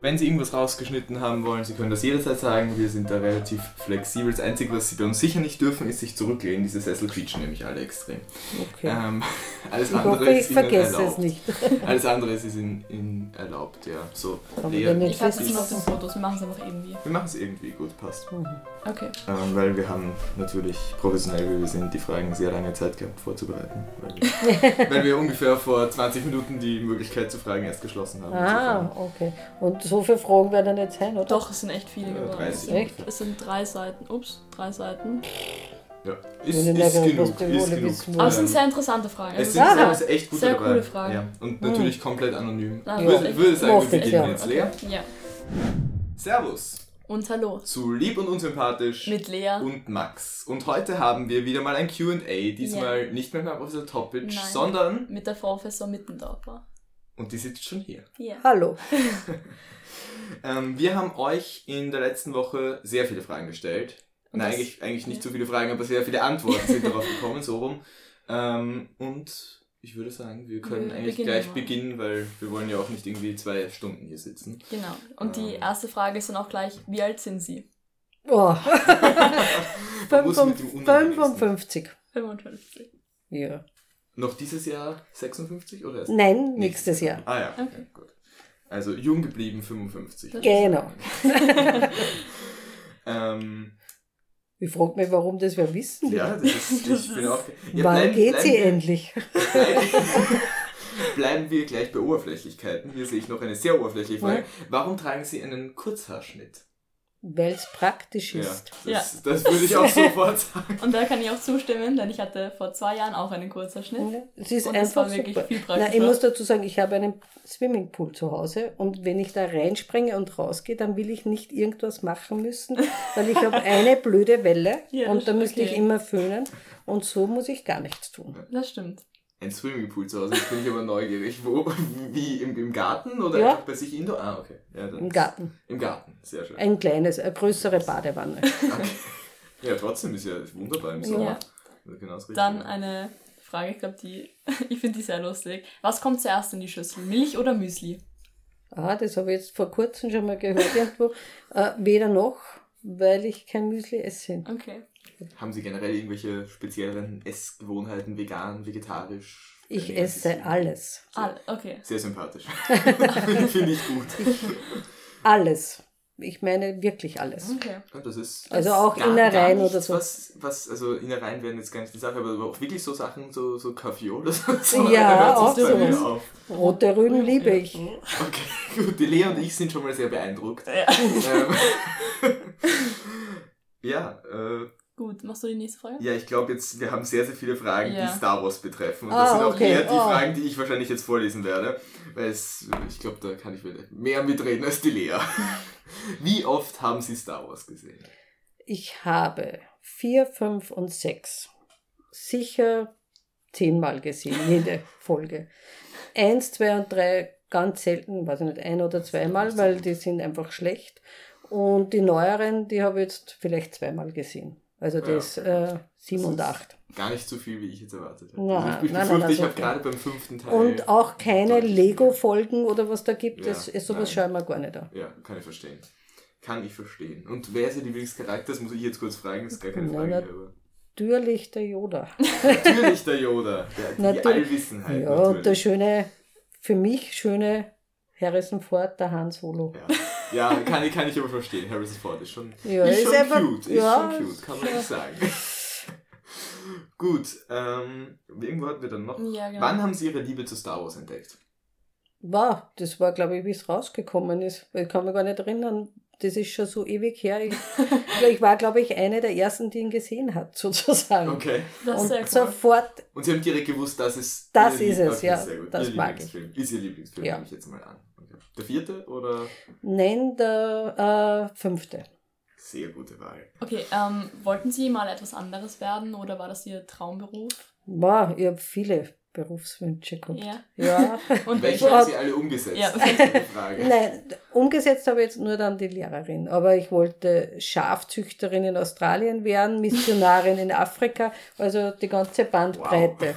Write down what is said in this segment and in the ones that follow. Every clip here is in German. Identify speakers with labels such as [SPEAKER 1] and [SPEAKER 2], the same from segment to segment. [SPEAKER 1] Wenn Sie irgendwas rausgeschnitten haben wollen, Sie können das jederzeit sagen. Wir sind da relativ flexibel. Das Einzige, was Sie bei uns sicher nicht dürfen, ist sich zurücklehnen. Diese Sessel quietschen nämlich alle extrem.
[SPEAKER 2] Okay.
[SPEAKER 1] Ähm, alles
[SPEAKER 2] ich
[SPEAKER 1] andere
[SPEAKER 2] hoffe, ich
[SPEAKER 1] ist Ihnen
[SPEAKER 2] vergesse
[SPEAKER 1] erlaubt.
[SPEAKER 2] es nicht.
[SPEAKER 1] Alles andere ist Ihnen, Ihnen erlaubt, ja. So,
[SPEAKER 2] Aber
[SPEAKER 1] Lea,
[SPEAKER 2] wenn
[SPEAKER 1] wir
[SPEAKER 2] nicht-
[SPEAKER 3] Ich fasse es immer auf den Fotos, wir machen es einfach irgendwie.
[SPEAKER 1] machen es irgendwie gut, passt.
[SPEAKER 2] Mhm.
[SPEAKER 3] Okay.
[SPEAKER 1] Ähm, weil wir haben natürlich professionell, wie wir sind, die Fragen sehr lange Zeit gehabt vorzubereiten. Weil wir, weil wir ungefähr vor 20 Minuten die Möglichkeit zu Fragen erst geschlossen haben.
[SPEAKER 2] Ah, okay. Und so viele Fragen werden da nicht sein, oder?
[SPEAKER 3] Doch, es sind echt viele
[SPEAKER 1] Ja,
[SPEAKER 3] geworden.
[SPEAKER 1] 30
[SPEAKER 3] es,
[SPEAKER 1] ungefähr.
[SPEAKER 3] sind, es sind drei Seiten. Ups, drei Seiten.
[SPEAKER 1] Insofern, Ja. Ist,
[SPEAKER 2] Wenn ihr
[SPEAKER 1] ist
[SPEAKER 2] da irgendwas
[SPEAKER 1] genug, ist
[SPEAKER 2] wollt,
[SPEAKER 1] genug.
[SPEAKER 2] wissen
[SPEAKER 3] Aber es sind
[SPEAKER 1] Ähm,
[SPEAKER 3] sehr interessante Fragen.
[SPEAKER 1] Es
[SPEAKER 3] Also
[SPEAKER 1] sind
[SPEAKER 2] Aha.
[SPEAKER 1] sehr, sehr echt gute
[SPEAKER 3] Sehr
[SPEAKER 1] dabei.
[SPEAKER 3] coole Fragen. Hm.
[SPEAKER 1] Ja. Und natürlich komplett anonym.
[SPEAKER 3] Ja.
[SPEAKER 1] Würde, würde sagen, wir
[SPEAKER 2] Mostly,
[SPEAKER 1] beginnen
[SPEAKER 2] ja.
[SPEAKER 1] jetzt Lea.
[SPEAKER 3] ja.
[SPEAKER 1] Servus
[SPEAKER 3] Und hallo.
[SPEAKER 1] zu Lieb und Unsympathisch
[SPEAKER 3] Mit Lea.
[SPEAKER 1] und Max. Und heute haben wir wieder mal ein QA. Diesmal nicht mehr mit Professor Topic,
[SPEAKER 3] Nein.
[SPEAKER 1] sondern.
[SPEAKER 3] Mit der Frau Professor Mittendorfer.
[SPEAKER 1] Und die sitzt schon hier.
[SPEAKER 3] Ja.
[SPEAKER 2] Hallo.
[SPEAKER 1] Ähm, wir haben euch in der letzten Woche sehr viele Fragen gestellt.
[SPEAKER 3] Und
[SPEAKER 1] Nein,
[SPEAKER 3] das-
[SPEAKER 1] eigentlich, eigentlich nicht
[SPEAKER 3] ja.
[SPEAKER 1] so viele Fragen, aber sehr viele Antworten sind darauf gekommen, so rum. Ähm, und ich würde sagen, wir können
[SPEAKER 3] Wir
[SPEAKER 1] eigentlich
[SPEAKER 3] beginnen
[SPEAKER 1] gleich
[SPEAKER 3] mal.
[SPEAKER 1] beginnen, weil wir wollen ja auch nicht irgendwie zwei Stunden hier sitzen.
[SPEAKER 3] Genau. Und die
[SPEAKER 1] Ähm.
[SPEAKER 3] erste Frage ist dann auch gleich, wie alt sind Sie?
[SPEAKER 2] Oh.
[SPEAKER 1] Wo ist mit dem Unangenehmsten?
[SPEAKER 2] 55.
[SPEAKER 3] 55.
[SPEAKER 2] Ja.
[SPEAKER 1] Noch dieses Jahr 56 oder erst?
[SPEAKER 2] Nein, nächstes Jahr.
[SPEAKER 1] Ah ja, okay,
[SPEAKER 3] Okay.
[SPEAKER 1] gut. Also jung geblieben 55.
[SPEAKER 3] Das-
[SPEAKER 2] Genau.
[SPEAKER 1] ähm,
[SPEAKER 2] Ich frage mich, warum das wer wissen will.
[SPEAKER 1] ja, das ist, ich bin auch... Ja,
[SPEAKER 2] Wann
[SPEAKER 1] bleiben-
[SPEAKER 2] geht sie
[SPEAKER 1] bleiben wir-
[SPEAKER 2] endlich?
[SPEAKER 1] Bleiben wir gleich bei Oberflächlichkeiten. Hier sehe ich noch eine sehr oberflächliche Frage. Warum tragen Sie einen Kurzhaarschnitt?
[SPEAKER 2] Weil es praktisch
[SPEAKER 1] Ja,
[SPEAKER 2] ist.
[SPEAKER 1] das, das würde ich auch sofort sagen.
[SPEAKER 3] Und da kann ich auch zustimmen, denn ich hatte vor zwei Jahren auch einen Kurzhaarschnitt.
[SPEAKER 2] Es Mhm. ist
[SPEAKER 3] Und das
[SPEAKER 2] einfach
[SPEAKER 3] war wirklich
[SPEAKER 2] super.
[SPEAKER 3] viel
[SPEAKER 2] Na, ich muss
[SPEAKER 3] praktischer.
[SPEAKER 2] dazu sagen, ich habe einen Swimmingpool zu Hause und wenn ich da reinspringe und rausgehe, dann will ich nicht irgendwas machen müssen, weil ich habe eine blöde Welle
[SPEAKER 3] Ja,
[SPEAKER 2] und
[SPEAKER 3] das-
[SPEAKER 2] da müsste ich
[SPEAKER 3] okay.
[SPEAKER 2] immer föhnen und so muss ich gar nichts tun.
[SPEAKER 3] Das stimmt.
[SPEAKER 1] Ein Swimmingpool zu Hause, jetzt bin ich aber neugierig. Wo, wie, im, im Garten oder
[SPEAKER 2] Ja.
[SPEAKER 1] einfach bei sich indoor? Ah, okay. Ja, dann-
[SPEAKER 2] Im Garten.
[SPEAKER 1] Im Garten, sehr schön.
[SPEAKER 2] Ein kleines, eine größere Badewanne.
[SPEAKER 1] Ja, trotzdem ist ja wunderbar im Sommer.
[SPEAKER 3] Ja.
[SPEAKER 1] Also Genau das
[SPEAKER 3] Dann
[SPEAKER 1] Richtige.
[SPEAKER 3] eine Frage, ich glaube, die, ich finde die sehr lustig. Was kommt zuerst in die Schüssel, Milch oder Müsli?
[SPEAKER 2] Ah, das habe ich jetzt vor kurzem schon mal gehört irgendwo. Äh, weder noch, weil ich kein Müsli esse.
[SPEAKER 3] Okay.
[SPEAKER 1] Haben Sie generell irgendwelche spezielleren Essgewohnheiten, vegan, vegetarisch?
[SPEAKER 2] Ich
[SPEAKER 1] Vegan-
[SPEAKER 2] esse alles.
[SPEAKER 3] Ah, okay.
[SPEAKER 1] Sehr sympathisch. Finde ich gut.
[SPEAKER 2] Alles. Ich meine wirklich alles.
[SPEAKER 3] Okay.
[SPEAKER 1] Ja, Das ist
[SPEAKER 2] Also
[SPEAKER 1] das
[SPEAKER 2] auch
[SPEAKER 1] gar-
[SPEAKER 2] Innereien
[SPEAKER 1] gar nicht
[SPEAKER 2] oder so.
[SPEAKER 1] Was, was, also Innereien wären jetzt gar nicht die Sache, aber auch wirklich so Sachen, so, so Kaffee oder so. so
[SPEAKER 2] Ja,
[SPEAKER 1] hört sich's
[SPEAKER 3] auch
[SPEAKER 1] bei mir
[SPEAKER 2] sowas.
[SPEAKER 1] auf.
[SPEAKER 3] Mhm.
[SPEAKER 2] Rote Rüben liebe ich.
[SPEAKER 1] Okay, gut, die Lea und ich sind schon mal sehr beeindruckt.
[SPEAKER 3] Ja.
[SPEAKER 1] ähm, ja, äh,
[SPEAKER 3] Gut, machst du die nächste Frage?
[SPEAKER 1] ja, ich glaube jetzt, wir haben sehr, sehr viele Fragen,
[SPEAKER 3] Ja.
[SPEAKER 1] die Star Wars betreffen. Und
[SPEAKER 2] Ah,
[SPEAKER 1] das sind auch
[SPEAKER 2] okay,
[SPEAKER 1] eher die
[SPEAKER 2] oh.
[SPEAKER 1] Fragen, die ich wahrscheinlich jetzt vorlesen werde. Weil es, ich glaube, da kann ich wieder mehr mitreden als die Lea. Wie oft haben Sie Star Wars gesehen?
[SPEAKER 2] Ich habe vier, fünf und sechs sicher zehnmal gesehen, jede Folge. Eins, zwei und drei ganz selten, weiß ich nicht, ein oder zweimal, weil die sind einfach schlecht. Und die neueren, die habe ich jetzt vielleicht zweimal gesehen. Also das äh, sieben und acht.
[SPEAKER 1] Gar nicht so viel, wie ich jetzt erwartet habe.
[SPEAKER 2] Na,
[SPEAKER 1] Also ich ich
[SPEAKER 2] nein,
[SPEAKER 1] befürchte,
[SPEAKER 2] nein, nein,
[SPEAKER 1] ich
[SPEAKER 2] das
[SPEAKER 1] habe
[SPEAKER 2] ist okay.
[SPEAKER 1] gerade beim fünften Teil.
[SPEAKER 2] Und auch keine
[SPEAKER 1] deutlich
[SPEAKER 2] Lego-Folgen oder was da gibt,
[SPEAKER 1] Ja,
[SPEAKER 2] das, äh, sowas
[SPEAKER 1] nein.
[SPEAKER 2] schauen wir gar nicht an.
[SPEAKER 1] Ja, kann ich verstehen. Kann ich verstehen. Und wer ist Ihr Lieblingscharakter? Das muss ich jetzt kurz fragen, das ist gar keine
[SPEAKER 2] Na,
[SPEAKER 1] Frage.
[SPEAKER 2] na-
[SPEAKER 1] aber
[SPEAKER 2] Natürlich der Yoda.
[SPEAKER 1] natürlich der Yoda. Der, die
[SPEAKER 2] Natürlich.
[SPEAKER 1] Allwissenheit.
[SPEAKER 2] ja, und der
[SPEAKER 1] natürlich.
[SPEAKER 2] schöne, für mich schöne Harrison Ford, der Han Solo.
[SPEAKER 1] Ja, ja kann, ich, kann ich aber verstehen. Harrison Ford ist schon,
[SPEAKER 2] Ja,
[SPEAKER 1] ist
[SPEAKER 2] ist
[SPEAKER 1] schon
[SPEAKER 2] einfach-
[SPEAKER 1] cute. Ist
[SPEAKER 2] ja,
[SPEAKER 1] schon cute, kann man nicht sagen. Gut, ähm, irgendwo hatten wir dann noch.
[SPEAKER 3] Ja, genau.
[SPEAKER 1] Wann haben Sie Ihre Liebe zu Star Wars entdeckt?
[SPEAKER 2] Wow, das war, glaube ich, wie es rausgekommen ist. Ich kann mich gar nicht erinnern. Das ist schon so ewig her. Ich, ich war, glaube ich, eine der ersten, die ihn gesehen hat, sozusagen.
[SPEAKER 1] Okay.
[SPEAKER 3] Das
[SPEAKER 2] Und
[SPEAKER 3] ist sehr cool.
[SPEAKER 2] sofort,
[SPEAKER 1] Und Sie haben direkt gewusst, dass es.
[SPEAKER 2] Das
[SPEAKER 1] Ihr
[SPEAKER 2] ist
[SPEAKER 1] Lieb-
[SPEAKER 2] es, ja.
[SPEAKER 1] sehr gut.
[SPEAKER 2] Das
[SPEAKER 1] Ihr
[SPEAKER 2] mag ich.
[SPEAKER 1] Lieblingsfilm. Ist Ihr Lieblingsfilm,
[SPEAKER 2] Ja.
[SPEAKER 1] nehme ich jetzt mal an. Okay. Der vierte oder?
[SPEAKER 2] nein, der äh, fünfte.
[SPEAKER 1] Sehr gute Wahl.
[SPEAKER 3] Okay, ähm, wollten Sie mal etwas anderes werden oder war das Ihr Traumberuf?
[SPEAKER 2] Wow, ich habe viele Berufswünsche gehabt.
[SPEAKER 3] Ja.
[SPEAKER 2] Ja.
[SPEAKER 3] Und
[SPEAKER 1] Welche
[SPEAKER 3] welcher?
[SPEAKER 1] haben Sie alle umgesetzt?
[SPEAKER 3] Ja.
[SPEAKER 1] Das ist eine Frage.
[SPEAKER 2] Nein, umgesetzt habe ich jetzt nur dann die Lehrerin. Aber ich wollte Schafzüchterin in Australien werden, Missionarin in Afrika, also die ganze Bandbreite.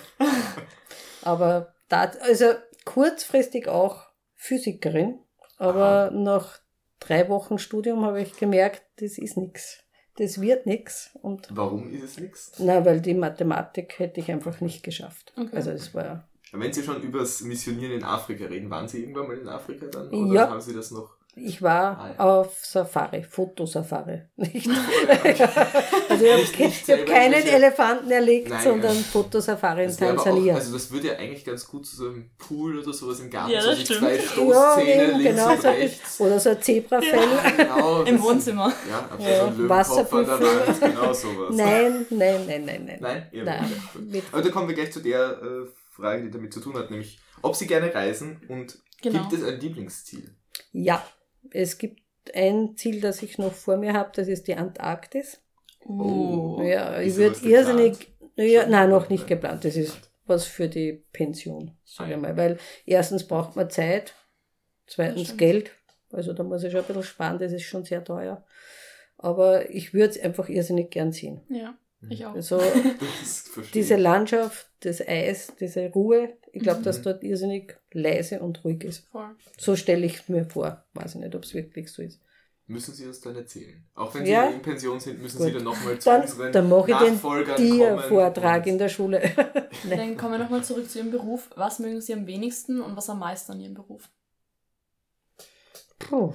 [SPEAKER 2] Aber da, also kurzfristig auch Physikerin, aber nach drei Wochen Studium habe ich gemerkt, das ist nichts. Das wird nichts. Und
[SPEAKER 1] Warum ist es nichts?
[SPEAKER 2] na, weil die Mathematik hätte ich einfach nicht geschafft.
[SPEAKER 3] Okay.
[SPEAKER 2] Also es war
[SPEAKER 1] Wenn Sie schon über das Missionieren in Afrika reden, waren Sie irgendwann mal in Afrika dann?
[SPEAKER 2] Ja.
[SPEAKER 1] haben Sie das noch?
[SPEAKER 2] ich war
[SPEAKER 1] Ah, ja.
[SPEAKER 2] auf Safari, Fotosafari. Nicht Also
[SPEAKER 1] Nicht-
[SPEAKER 2] ich habe
[SPEAKER 1] nicht
[SPEAKER 2] ich hab
[SPEAKER 1] selber
[SPEAKER 2] keinen
[SPEAKER 1] irgendwelche-
[SPEAKER 2] Elefanten erlegt,
[SPEAKER 1] Nein,
[SPEAKER 2] sondern
[SPEAKER 1] ja.
[SPEAKER 2] Fotosafari in
[SPEAKER 1] Das wäre aber
[SPEAKER 2] Tansania.
[SPEAKER 1] Auch, also das würde ja eigentlich ganz gut zu so einem Pool oder sowas im Garten,
[SPEAKER 3] Ja,
[SPEAKER 1] so
[SPEAKER 3] das
[SPEAKER 1] die
[SPEAKER 3] stimmt.
[SPEAKER 1] zwei
[SPEAKER 3] Ja,
[SPEAKER 2] ja,
[SPEAKER 1] Stoßzähne
[SPEAKER 2] eben,
[SPEAKER 1] links
[SPEAKER 2] genau.
[SPEAKER 1] und
[SPEAKER 2] So ein,
[SPEAKER 1] rechts.
[SPEAKER 2] oder so ein Zebrafell.
[SPEAKER 1] Genau,
[SPEAKER 3] Im
[SPEAKER 1] das-
[SPEAKER 3] Wohnzimmer.
[SPEAKER 1] Ja, aber
[SPEAKER 2] Ja.
[SPEAKER 1] so ein Löwenkopf an
[SPEAKER 2] Wasserbüffel.
[SPEAKER 1] der Wand, genau sowas.
[SPEAKER 2] Nein, nein, nein, nein, nein.
[SPEAKER 1] Nein? Also Ja,
[SPEAKER 2] Nein.
[SPEAKER 1] ja, gut.
[SPEAKER 2] Mit-
[SPEAKER 1] Aber da kommen wir gleich zu der äh, Frage, die damit zu tun hat, nämlich ob Sie gerne reisen und
[SPEAKER 3] Genau.
[SPEAKER 1] gibt es ein Lieblingsziel?
[SPEAKER 2] Ja, es gibt ein Ziel, das ich noch vor mir habe, das ist die Antarktis.
[SPEAKER 3] Uh.
[SPEAKER 1] Oh.
[SPEAKER 2] Ja,
[SPEAKER 1] Ist
[SPEAKER 2] ich
[SPEAKER 1] da
[SPEAKER 2] würde
[SPEAKER 1] was geplant?
[SPEAKER 2] irrsinnig. Ja,
[SPEAKER 1] Schon?
[SPEAKER 2] nein, noch nicht
[SPEAKER 1] Nein.
[SPEAKER 2] geplant. Das ist was für die Pension, sage
[SPEAKER 1] Ah,
[SPEAKER 2] ich
[SPEAKER 1] ja.
[SPEAKER 2] mal. Weil erstens braucht man Zeit,
[SPEAKER 3] Das
[SPEAKER 2] zweitens
[SPEAKER 3] stimmt.
[SPEAKER 2] Geld. Also da muss ich schon ein bisschen sparen, das ist schon sehr teuer. Aber ich würde es einfach irrsinnig gern sehen.
[SPEAKER 3] Ja, ich auch.
[SPEAKER 2] Also
[SPEAKER 1] Das verstehe
[SPEAKER 2] diese
[SPEAKER 1] ich.
[SPEAKER 2] Landschaft, das Eis, diese Ruhe, ich glaube,
[SPEAKER 3] Mhm.
[SPEAKER 2] dass dort irrsinnig leise und ruhig ist.
[SPEAKER 3] Voll.
[SPEAKER 2] So stelle ich mir vor. Weiß ich nicht, ob es wirklich so ist.
[SPEAKER 1] Müssen Sie uns dann erzählen. Auch wenn Sie
[SPEAKER 2] Ja?
[SPEAKER 1] in Pension sind, müssen Sie
[SPEAKER 2] Gut.
[SPEAKER 1] dann nochmal zu
[SPEAKER 2] Dann,
[SPEAKER 1] unseren
[SPEAKER 2] dann mache ich den
[SPEAKER 1] Nachfolgern
[SPEAKER 2] Tiervortrag in
[SPEAKER 1] Also kommen.
[SPEAKER 2] der Schule. Nein.
[SPEAKER 3] Dann kommen wir nochmal zurück zu Ihrem Beruf. Was mögen Sie am wenigsten und was am meisten an Ihrem Beruf?
[SPEAKER 2] Puh.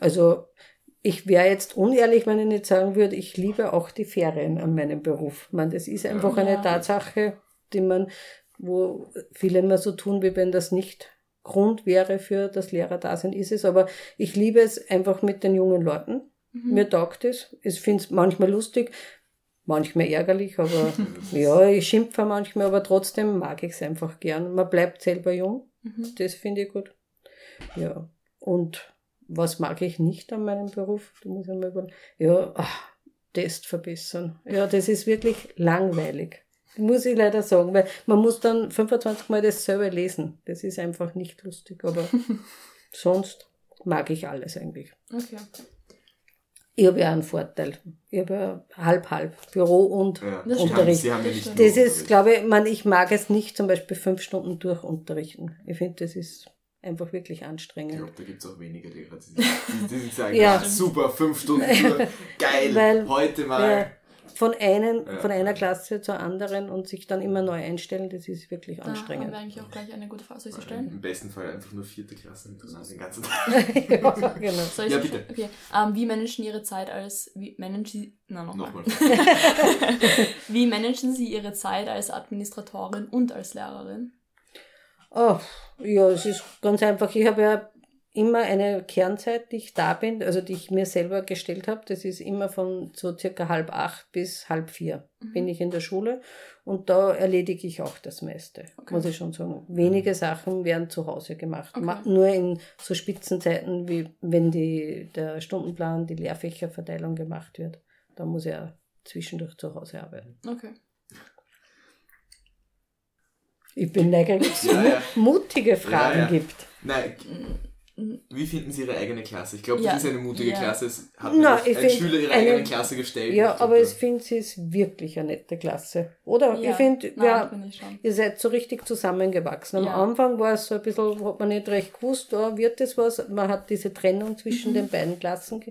[SPEAKER 2] Also ich wäre jetzt unehrlich, wenn ich nicht sagen würde, ich liebe auch die Ferien an meinem Beruf. Man, das ist einfach
[SPEAKER 3] Ja.
[SPEAKER 2] eine Tatsache, die man, wo viele immer so tun, wie wenn das nicht Grund wäre für das Lehrerdasein, ist es. Aber ich liebe es einfach mit den jungen Leuten.
[SPEAKER 3] Mhm.
[SPEAKER 2] Mir taugt es. Ich finde es manchmal lustig, manchmal ärgerlich, aber ja, ich schimpfe manchmal, aber trotzdem mag ich es einfach gern. Man bleibt selber jung.
[SPEAKER 3] Mhm.
[SPEAKER 2] Das finde ich gut. Ja. Und was mag ich nicht an meinem Beruf? Da muss ich mal überlegen. Ja, ach, Test verbessern. Ja, das ist wirklich langweilig. Muss ich leider sagen, weil man muss dann 25 Mal das selber lesen. Das ist einfach nicht lustig, aber sonst mag ich alles eigentlich.
[SPEAKER 3] Okay.
[SPEAKER 2] Ich habe ja einen Vorteil. Ich habe ja halb-halb Büro und
[SPEAKER 1] Ja,
[SPEAKER 3] Das
[SPEAKER 1] Sie haben,
[SPEAKER 2] stimmt.
[SPEAKER 1] Sie haben ja nicht
[SPEAKER 3] Das
[SPEAKER 1] nur
[SPEAKER 2] das ist,
[SPEAKER 1] Unterricht.
[SPEAKER 2] glaube ich, man, ich mag es nicht zum Beispiel fünf Stunden durchunterrichten. Ich finde, das ist einfach wirklich
[SPEAKER 1] Ich
[SPEAKER 2] anstrengend.
[SPEAKER 1] glaube, da gibt es auch weniger Lehrer, die, die, die sagen,
[SPEAKER 2] Ja.
[SPEAKER 1] ja. super, fünf Stunden, Schule, geil,
[SPEAKER 2] Weil-
[SPEAKER 1] heute
[SPEAKER 2] Ja,
[SPEAKER 1] mal.
[SPEAKER 2] von, einem,
[SPEAKER 1] Ja.
[SPEAKER 2] von einer Klasse zur anderen und sich dann immer neu einstellen, das ist wirklich
[SPEAKER 3] Da haben wir
[SPEAKER 2] anstrengend.
[SPEAKER 3] eigentlich auch gleich eine gute Frage. Soll ich sie stellen?
[SPEAKER 1] Im besten Fall einfach nur vierte Klasse interessant den ganzen Tag.
[SPEAKER 2] ja, genau.
[SPEAKER 3] Soll ich
[SPEAKER 1] Ja,
[SPEAKER 3] sie
[SPEAKER 1] bitte.
[SPEAKER 3] stellen? Okay. Ähm, wie managen Ihre Zeit als wie managen Sie na, noch mal.
[SPEAKER 1] Nochmal.
[SPEAKER 3] Wie managen Sie Ihre Zeit als Administratorin und als Lehrerin?
[SPEAKER 2] Oh, ja, es ist ganz einfach. Ich habe ja immer eine Kernzeit, die ich da bin, also die ich mir selber gestellt habe. Das ist immer von so circa halb acht bis halb vier
[SPEAKER 3] Mhm.
[SPEAKER 2] bin ich in der Schule und da erledige ich auch das meiste,
[SPEAKER 3] Okay.
[SPEAKER 2] muss ich schon sagen. Wenige Sachen werden zu Hause gemacht.
[SPEAKER 3] Okay.
[SPEAKER 2] Ma- Nur in so Spitzenzeiten, wie wenn die, der Stundenplan, die Lehrfächerverteilung gemacht wird. Da muss ich ja zwischendurch zu Hause arbeiten.
[SPEAKER 3] Okay.
[SPEAKER 2] Ich bin neugierig, ob es
[SPEAKER 1] Ja, ja.
[SPEAKER 2] mutige Fragen
[SPEAKER 1] ja.
[SPEAKER 2] gibt.
[SPEAKER 1] Nein, wie finden Sie Ihre eigene Klasse? Ich glaube,
[SPEAKER 3] Ja.
[SPEAKER 1] das ist eine mutige
[SPEAKER 3] Ja.
[SPEAKER 1] Klasse. Es hat
[SPEAKER 2] Na,
[SPEAKER 1] mir
[SPEAKER 2] ich
[SPEAKER 1] ein
[SPEAKER 2] find
[SPEAKER 1] Schüler Ihre
[SPEAKER 2] eine-
[SPEAKER 1] eigene Klasse gestellt.
[SPEAKER 2] Ja,
[SPEAKER 1] Ich glaub,
[SPEAKER 2] aber ich
[SPEAKER 1] da-
[SPEAKER 2] finde, sie ist wirklich eine nette Klasse. Oder?
[SPEAKER 3] Ja.
[SPEAKER 2] Ich finde,
[SPEAKER 3] Nein,
[SPEAKER 2] ja,
[SPEAKER 3] finde ich schon.
[SPEAKER 2] ihr seid so richtig zusammengewachsen. Am
[SPEAKER 3] Ja.
[SPEAKER 2] Anfang war es so ein bisschen, hat man nicht recht gewusst, da wird das was. Man hat diese Trennung zwischen den beiden Klassen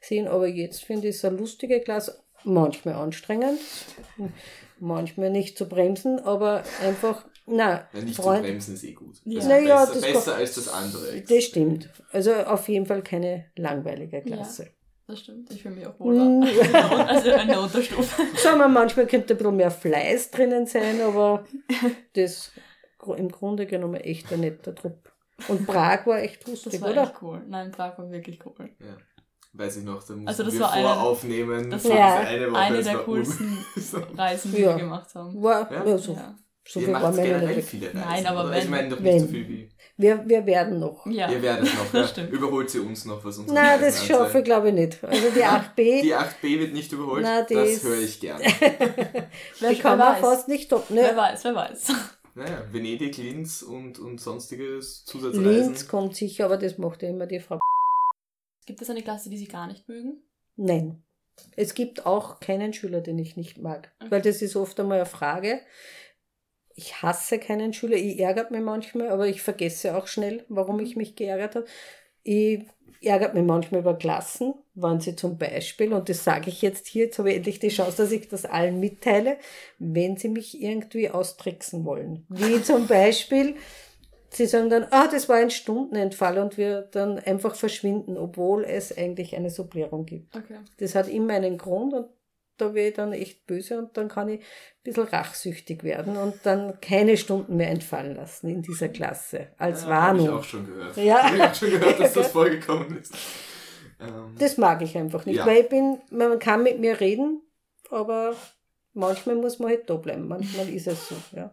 [SPEAKER 2] gesehen, aber jetzt finde ich es eine lustige Klasse. Manchmal anstrengend, manchmal nicht zu bremsen, aber einfach, na,
[SPEAKER 1] Nein, nicht
[SPEAKER 2] Freund-
[SPEAKER 1] zu bremsen ist eh gut.
[SPEAKER 3] Ja.
[SPEAKER 1] Also
[SPEAKER 2] Naja,
[SPEAKER 1] besser,
[SPEAKER 2] das
[SPEAKER 1] besser
[SPEAKER 2] kann-
[SPEAKER 1] als das andere.
[SPEAKER 2] das stimmt. Also auf jeden Fall keine langweilige Klasse.
[SPEAKER 3] Das stimmt. Ich fühle mich auch
[SPEAKER 2] Mm.
[SPEAKER 3] wohl. also in der Unterstufe.
[SPEAKER 2] Sagen wir, manchmal könnte ein bisschen mehr Fleiß drinnen sein, aber das gr- im Grunde genommen echt ein netter Trupp. Und Prag war echt
[SPEAKER 3] Das
[SPEAKER 2] lustig,
[SPEAKER 3] war
[SPEAKER 2] oder?
[SPEAKER 3] echt cool. Nein, Prag war wirklich cool.
[SPEAKER 1] Weiß ich noch, da mussten
[SPEAKER 3] Also das
[SPEAKER 1] wir
[SPEAKER 3] war eine-
[SPEAKER 1] voraufnehmen.
[SPEAKER 3] Das
[SPEAKER 1] für
[SPEAKER 3] war
[SPEAKER 2] Ja.
[SPEAKER 1] diese eine, Woche,
[SPEAKER 3] Eine
[SPEAKER 1] das
[SPEAKER 3] der
[SPEAKER 1] war
[SPEAKER 3] coolsten
[SPEAKER 1] un-
[SPEAKER 3] Reisen, die
[SPEAKER 2] Ja. Also,
[SPEAKER 3] wir gemacht haben.
[SPEAKER 2] War,
[SPEAKER 1] Ja?
[SPEAKER 2] ja, so,
[SPEAKER 3] Ja.
[SPEAKER 2] so
[SPEAKER 1] Ihr
[SPEAKER 2] viel waren
[SPEAKER 1] macht
[SPEAKER 2] wir nicht
[SPEAKER 1] generell
[SPEAKER 2] weg.
[SPEAKER 1] viele Reisen.
[SPEAKER 3] Nein, aber
[SPEAKER 1] oder? Ich
[SPEAKER 3] wenn-
[SPEAKER 1] meine doch
[SPEAKER 2] wenn.
[SPEAKER 1] nicht so viel wie.
[SPEAKER 2] Wir, wir werden noch.
[SPEAKER 3] ja.
[SPEAKER 1] Ihr werdet noch.
[SPEAKER 3] Das
[SPEAKER 1] ja.
[SPEAKER 3] stimmt.
[SPEAKER 1] Überholt sie uns noch, was uns
[SPEAKER 2] Nein, das schaffe ich glaube ich nicht. Also die 8b,
[SPEAKER 1] Die 8b wird nicht überholt.
[SPEAKER 2] Na, die
[SPEAKER 1] das
[SPEAKER 2] ist-
[SPEAKER 1] höre ich gerne.
[SPEAKER 2] die kann man fast nicht toppen.
[SPEAKER 3] Wer
[SPEAKER 2] Ne?
[SPEAKER 3] weiß, wer weiß.
[SPEAKER 1] Naja, Venedig, Linz und, und sonstige Zusatzreisen.
[SPEAKER 2] Linz kommt sicher, aber das macht ja immer die Frau.
[SPEAKER 3] Gibt es eine Klasse, die Sie gar nicht mögen?
[SPEAKER 2] Nein. Es gibt auch keinen Schüler, den ich nicht mag. Weil das ist oft einmal eine Frage. Ich hasse keinen Schüler, ich ärgere mich manchmal, aber ich vergesse auch schnell, warum ich mich geärgert habe. Ich ärgert mich manchmal über Klassen, wenn sie zum Beispiel, und das sage ich jetzt hier, jetzt habe ich endlich die Chance, dass ich das allen mitteile, wenn sie mich irgendwie austricksen wollen. Wie zum Beispiel, sie sagen dann, ah, das war ein Stundenentfall und wir dann einfach verschwinden, obwohl es eigentlich eine Supplierung gibt.
[SPEAKER 3] Okay.
[SPEAKER 2] Das hat immer einen Grund und da werde ich dann echt böse und dann kann ich ein bisschen rachsüchtig werden und dann keine Stunden mehr entfallen lassen in dieser Klasse. Als
[SPEAKER 1] Hab ich
[SPEAKER 2] Warnung.
[SPEAKER 1] auch schon gehört.
[SPEAKER 2] Ja.
[SPEAKER 1] Ich habe schon gehört, dass das vorgekommen ist. Ähm,
[SPEAKER 2] Das mag ich einfach nicht,
[SPEAKER 1] Ja.
[SPEAKER 2] weil ich bin, man kann mit mir reden, aber manchmal muss man halt da bleiben. Manchmal ist es so. Ja.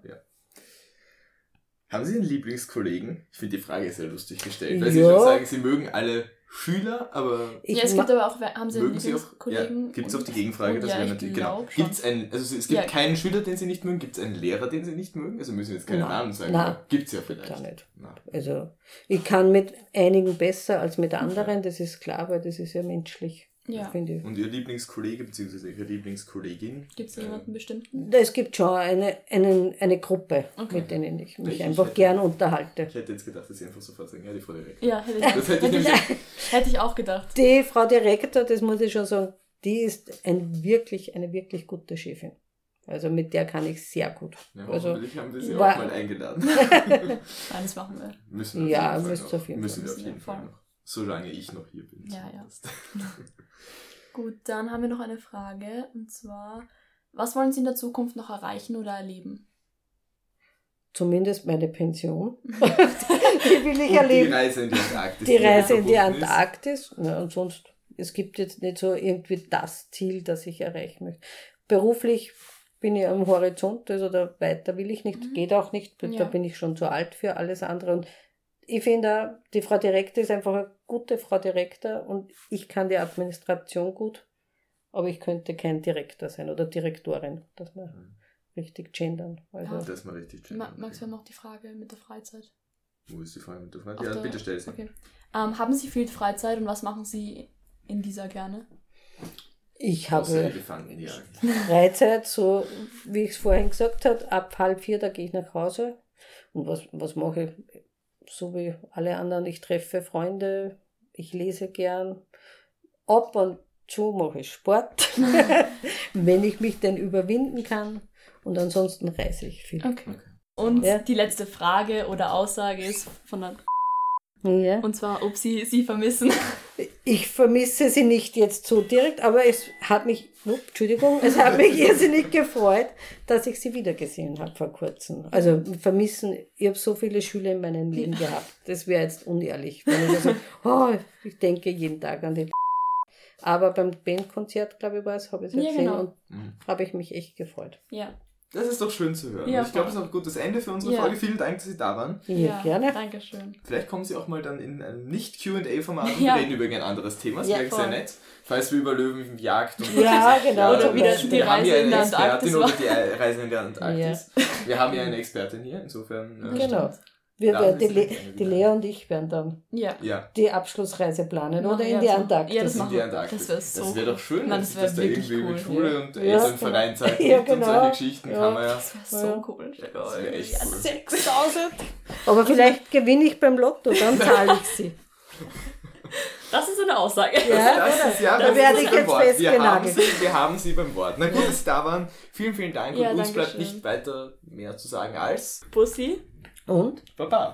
[SPEAKER 1] haben Sie einen Lieblingskollegen? Ich finde die Frage sehr lustig gestellt, weil Sie
[SPEAKER 2] Ja.
[SPEAKER 1] schon sagen, Sie mögen alle Schüler, aber
[SPEAKER 2] Ich
[SPEAKER 3] ja, es
[SPEAKER 2] ma-
[SPEAKER 3] gibt aber auch, wer- haben Sie
[SPEAKER 1] mögen Sie auch. Ja,
[SPEAKER 3] Lieblingskollegen?
[SPEAKER 1] gibt es auch die
[SPEAKER 3] und- oh,
[SPEAKER 1] Gegenfrage? Das
[SPEAKER 3] ja,
[SPEAKER 1] wäre
[SPEAKER 3] ich
[SPEAKER 1] natürlich genau.
[SPEAKER 3] glaub schon.
[SPEAKER 1] Gibt's einen, also es gibt
[SPEAKER 3] Ja.
[SPEAKER 1] keinen Schüler, den Sie nicht mögen, gibt es einen Lehrer, den Sie nicht mögen? Also müssen jetzt keine
[SPEAKER 2] Nein.
[SPEAKER 1] Namen sagen.
[SPEAKER 2] Nein.
[SPEAKER 1] aber Gibt's ja
[SPEAKER 2] Gibt's
[SPEAKER 1] vielleicht.
[SPEAKER 2] auch nicht.
[SPEAKER 1] Nein.
[SPEAKER 2] also ich kann mit einigen besser als mit anderen, das ist klar, weil das ist ja menschlich,
[SPEAKER 3] Ja.
[SPEAKER 2] finde ich.
[SPEAKER 1] Und Ihr Lieblingskollege bzw. Ihre Lieblingskollegin?
[SPEAKER 3] Gibt es
[SPEAKER 1] Äh,
[SPEAKER 3] jemanden bestimmt?
[SPEAKER 2] Es gibt schon eine, einen, eine Gruppe,
[SPEAKER 3] Okay.
[SPEAKER 2] mit denen ich mich
[SPEAKER 1] Welche
[SPEAKER 2] einfach
[SPEAKER 1] hätte-
[SPEAKER 2] gern unterhalte.
[SPEAKER 1] Ich hätte jetzt gedacht, dass Sie einfach sofort sagen, ja, die Frau direkt.
[SPEAKER 3] Ja, hätte ich,
[SPEAKER 1] Das hätte ich
[SPEAKER 3] hätte,
[SPEAKER 1] nämlich
[SPEAKER 3] ich, hätte ich auch gedacht.
[SPEAKER 2] Die Frau Direktor, das muss ich schon sagen, die ist ein wirklich, eine wirklich gute Chefin. Also mit der kann ich sehr gut.
[SPEAKER 1] Ja,
[SPEAKER 2] also
[SPEAKER 1] hoffentlich haben wir sie auch
[SPEAKER 2] war-
[SPEAKER 1] mal eingeladen.
[SPEAKER 3] Nein, das machen wir.
[SPEAKER 1] Müssen wir
[SPEAKER 2] Ja,
[SPEAKER 1] auf jeden
[SPEAKER 2] müsst
[SPEAKER 1] Fall
[SPEAKER 2] ihr
[SPEAKER 1] noch.
[SPEAKER 2] auf jeden
[SPEAKER 1] müssen
[SPEAKER 3] Fall.
[SPEAKER 1] wir auf jeden Fall noch. Solange ich noch hier bin.
[SPEAKER 3] Ja, ja.
[SPEAKER 1] zumindest.
[SPEAKER 3] Gut, dann haben wir noch eine Frage. Und zwar, was wollen Sie in der Zukunft noch erreichen oder erleben?
[SPEAKER 2] zumindest meine Pension. die will ich
[SPEAKER 1] Und die
[SPEAKER 2] erleben.
[SPEAKER 1] Reise in die Antarktis.
[SPEAKER 2] Die Reise in die
[SPEAKER 1] verbunden ist.
[SPEAKER 2] Antarktis. Na, und sonst, es gibt jetzt nicht so irgendwie das Ziel, das ich erreichen möchte. Beruflich bin ich am Horizont, also da weiter will ich nicht,
[SPEAKER 3] Mhm.
[SPEAKER 2] geht auch nicht, da
[SPEAKER 3] Ja.
[SPEAKER 2] bin ich schon zu alt für alles andere. Und ich finde, auch, die Frau Direktor ist einfach eine gute Frau Direktor und ich kann die Administration gut, aber ich könnte kein Direktor sein oder Direktorin, dass wir
[SPEAKER 1] Mhm.
[SPEAKER 2] richtig gendern. Also,
[SPEAKER 3] Ja.
[SPEAKER 1] Das mal richtig schön.
[SPEAKER 3] Ma Max, wir haben noch die Frage mit der Freizeit.
[SPEAKER 1] Wo ist die Frage mit der
[SPEAKER 3] Auf
[SPEAKER 1] Frage? Ja,
[SPEAKER 3] der-
[SPEAKER 1] bitte stell sie.
[SPEAKER 3] Okay. Ähm, haben Sie viel Freizeit und was machen Sie in dieser gerne?
[SPEAKER 2] Ich
[SPEAKER 1] Außer
[SPEAKER 2] habe
[SPEAKER 1] die Gefangenen, ja.
[SPEAKER 2] Freizeit, so wie ich es vorhin gesagt habe, ab halb vier, da gehe ich nach Hause. Und was, was mache ich? So wie alle anderen, ich treffe Freunde, ich lese gern. Ab und zu mache ich Sport, wenn ich mich denn überwinden kann. Und ansonsten reise ich viel.
[SPEAKER 3] Okay.
[SPEAKER 1] Okay.
[SPEAKER 3] Und
[SPEAKER 2] Ja.
[SPEAKER 3] die letzte Frage oder Aussage ist von der.
[SPEAKER 2] Ja.
[SPEAKER 3] Und zwar, ob Sie sie vermissen.
[SPEAKER 2] Ich vermisse sie nicht jetzt so direkt, aber es hat mich, Upp, Entschuldigung, es hat mich irrsinnig gefreut, dass ich sie wiedergesehen habe vor kurzem. Also vermissen, ich habe so viele Schüler in meinem Leben gehabt. Das wäre jetzt unehrlich, wenn ich da so, oh, ich denke jeden Tag an den. Aber beim Bandkonzert, glaube ich, war es, habe ich es
[SPEAKER 3] Ja,
[SPEAKER 2] gesehen
[SPEAKER 3] genau.
[SPEAKER 2] und
[SPEAKER 1] Mhm.
[SPEAKER 2] habe ich mich echt gefreut.
[SPEAKER 3] Ja.
[SPEAKER 1] Das ist doch schön zu hören.
[SPEAKER 3] Ja,
[SPEAKER 1] ich glaube,
[SPEAKER 3] voll.
[SPEAKER 1] es ist auch ein gutes Ende für unsere
[SPEAKER 3] Ja.
[SPEAKER 1] Folge. Vielen Dank, dass Sie da waren.
[SPEAKER 2] Ja, gerne.
[SPEAKER 3] Dankeschön.
[SPEAKER 1] Vielleicht kommen Sie auch mal dann in einem Nicht-QA-Format und
[SPEAKER 3] Ja.
[SPEAKER 1] reden über ein anderes Thema. Das
[SPEAKER 2] Ja,
[SPEAKER 1] wäre sehr
[SPEAKER 3] voll.
[SPEAKER 1] nett. Falls wir über Löwenjagd und
[SPEAKER 2] Ja, genau,
[SPEAKER 3] Oder wieder
[SPEAKER 1] wir
[SPEAKER 3] die
[SPEAKER 1] haben
[SPEAKER 3] Reise
[SPEAKER 1] ja
[SPEAKER 3] in
[SPEAKER 1] eine
[SPEAKER 3] der
[SPEAKER 1] Expertin
[SPEAKER 3] Antarktis
[SPEAKER 1] oder
[SPEAKER 3] war.
[SPEAKER 1] die Reise in der Antarktis. Wir haben ja eine Expertin hier, insofern. äh,
[SPEAKER 2] Genau.
[SPEAKER 3] stimmt.
[SPEAKER 2] Wir
[SPEAKER 1] Ja,
[SPEAKER 2] werden, die,
[SPEAKER 1] wir
[SPEAKER 2] Le
[SPEAKER 1] sind gerne
[SPEAKER 2] die
[SPEAKER 1] wieder.
[SPEAKER 2] Lea und ich werden dann
[SPEAKER 3] Ja.
[SPEAKER 1] Ja.
[SPEAKER 2] die Abschlussreise planen oder in
[SPEAKER 3] Ja,
[SPEAKER 2] die
[SPEAKER 3] so.
[SPEAKER 2] Antarktis.
[SPEAKER 3] Ja, das
[SPEAKER 1] in
[SPEAKER 3] machen
[SPEAKER 1] die
[SPEAKER 3] wir.
[SPEAKER 1] Antarktis.
[SPEAKER 3] Das wäre so.
[SPEAKER 1] Das wäre doch schön,
[SPEAKER 3] Nein,
[SPEAKER 1] wenn
[SPEAKER 3] das
[SPEAKER 1] sich
[SPEAKER 3] wäre
[SPEAKER 1] das da
[SPEAKER 3] wirklich
[SPEAKER 1] irgendwie mit
[SPEAKER 3] cool,
[SPEAKER 1] Schule und
[SPEAKER 2] Ja,
[SPEAKER 1] Elternverein zeigt.
[SPEAKER 2] Ja,
[SPEAKER 1] Und
[SPEAKER 2] genau.
[SPEAKER 1] solche Geschichten
[SPEAKER 2] Ja.
[SPEAKER 1] kann man ja.
[SPEAKER 3] Das wäre so
[SPEAKER 2] Ja.
[SPEAKER 3] cool.
[SPEAKER 1] Das wäre echt
[SPEAKER 3] Ja,
[SPEAKER 1] cool.
[SPEAKER 3] 6000.
[SPEAKER 2] Aber vielleicht gewinne ich beim Lotto, dann zahle ich sie.
[SPEAKER 3] Das ist eine Aussage.
[SPEAKER 2] Ja,
[SPEAKER 1] Das ist ja,
[SPEAKER 2] Da
[SPEAKER 1] wir
[SPEAKER 2] werde
[SPEAKER 1] sind
[SPEAKER 2] ich
[SPEAKER 1] beim
[SPEAKER 2] jetzt
[SPEAKER 1] Wort. Wir haben,
[SPEAKER 2] festgenagelt.
[SPEAKER 1] sie, wir haben sie beim Wort. Na gut, dass Sie da waren. Vielen, vielen Dank.
[SPEAKER 3] Ja,
[SPEAKER 1] und uns
[SPEAKER 3] danke
[SPEAKER 1] bleibt
[SPEAKER 3] schön.
[SPEAKER 1] nicht weiter mehr zu sagen als
[SPEAKER 3] Pussy.
[SPEAKER 2] Und?
[SPEAKER 1] Baba.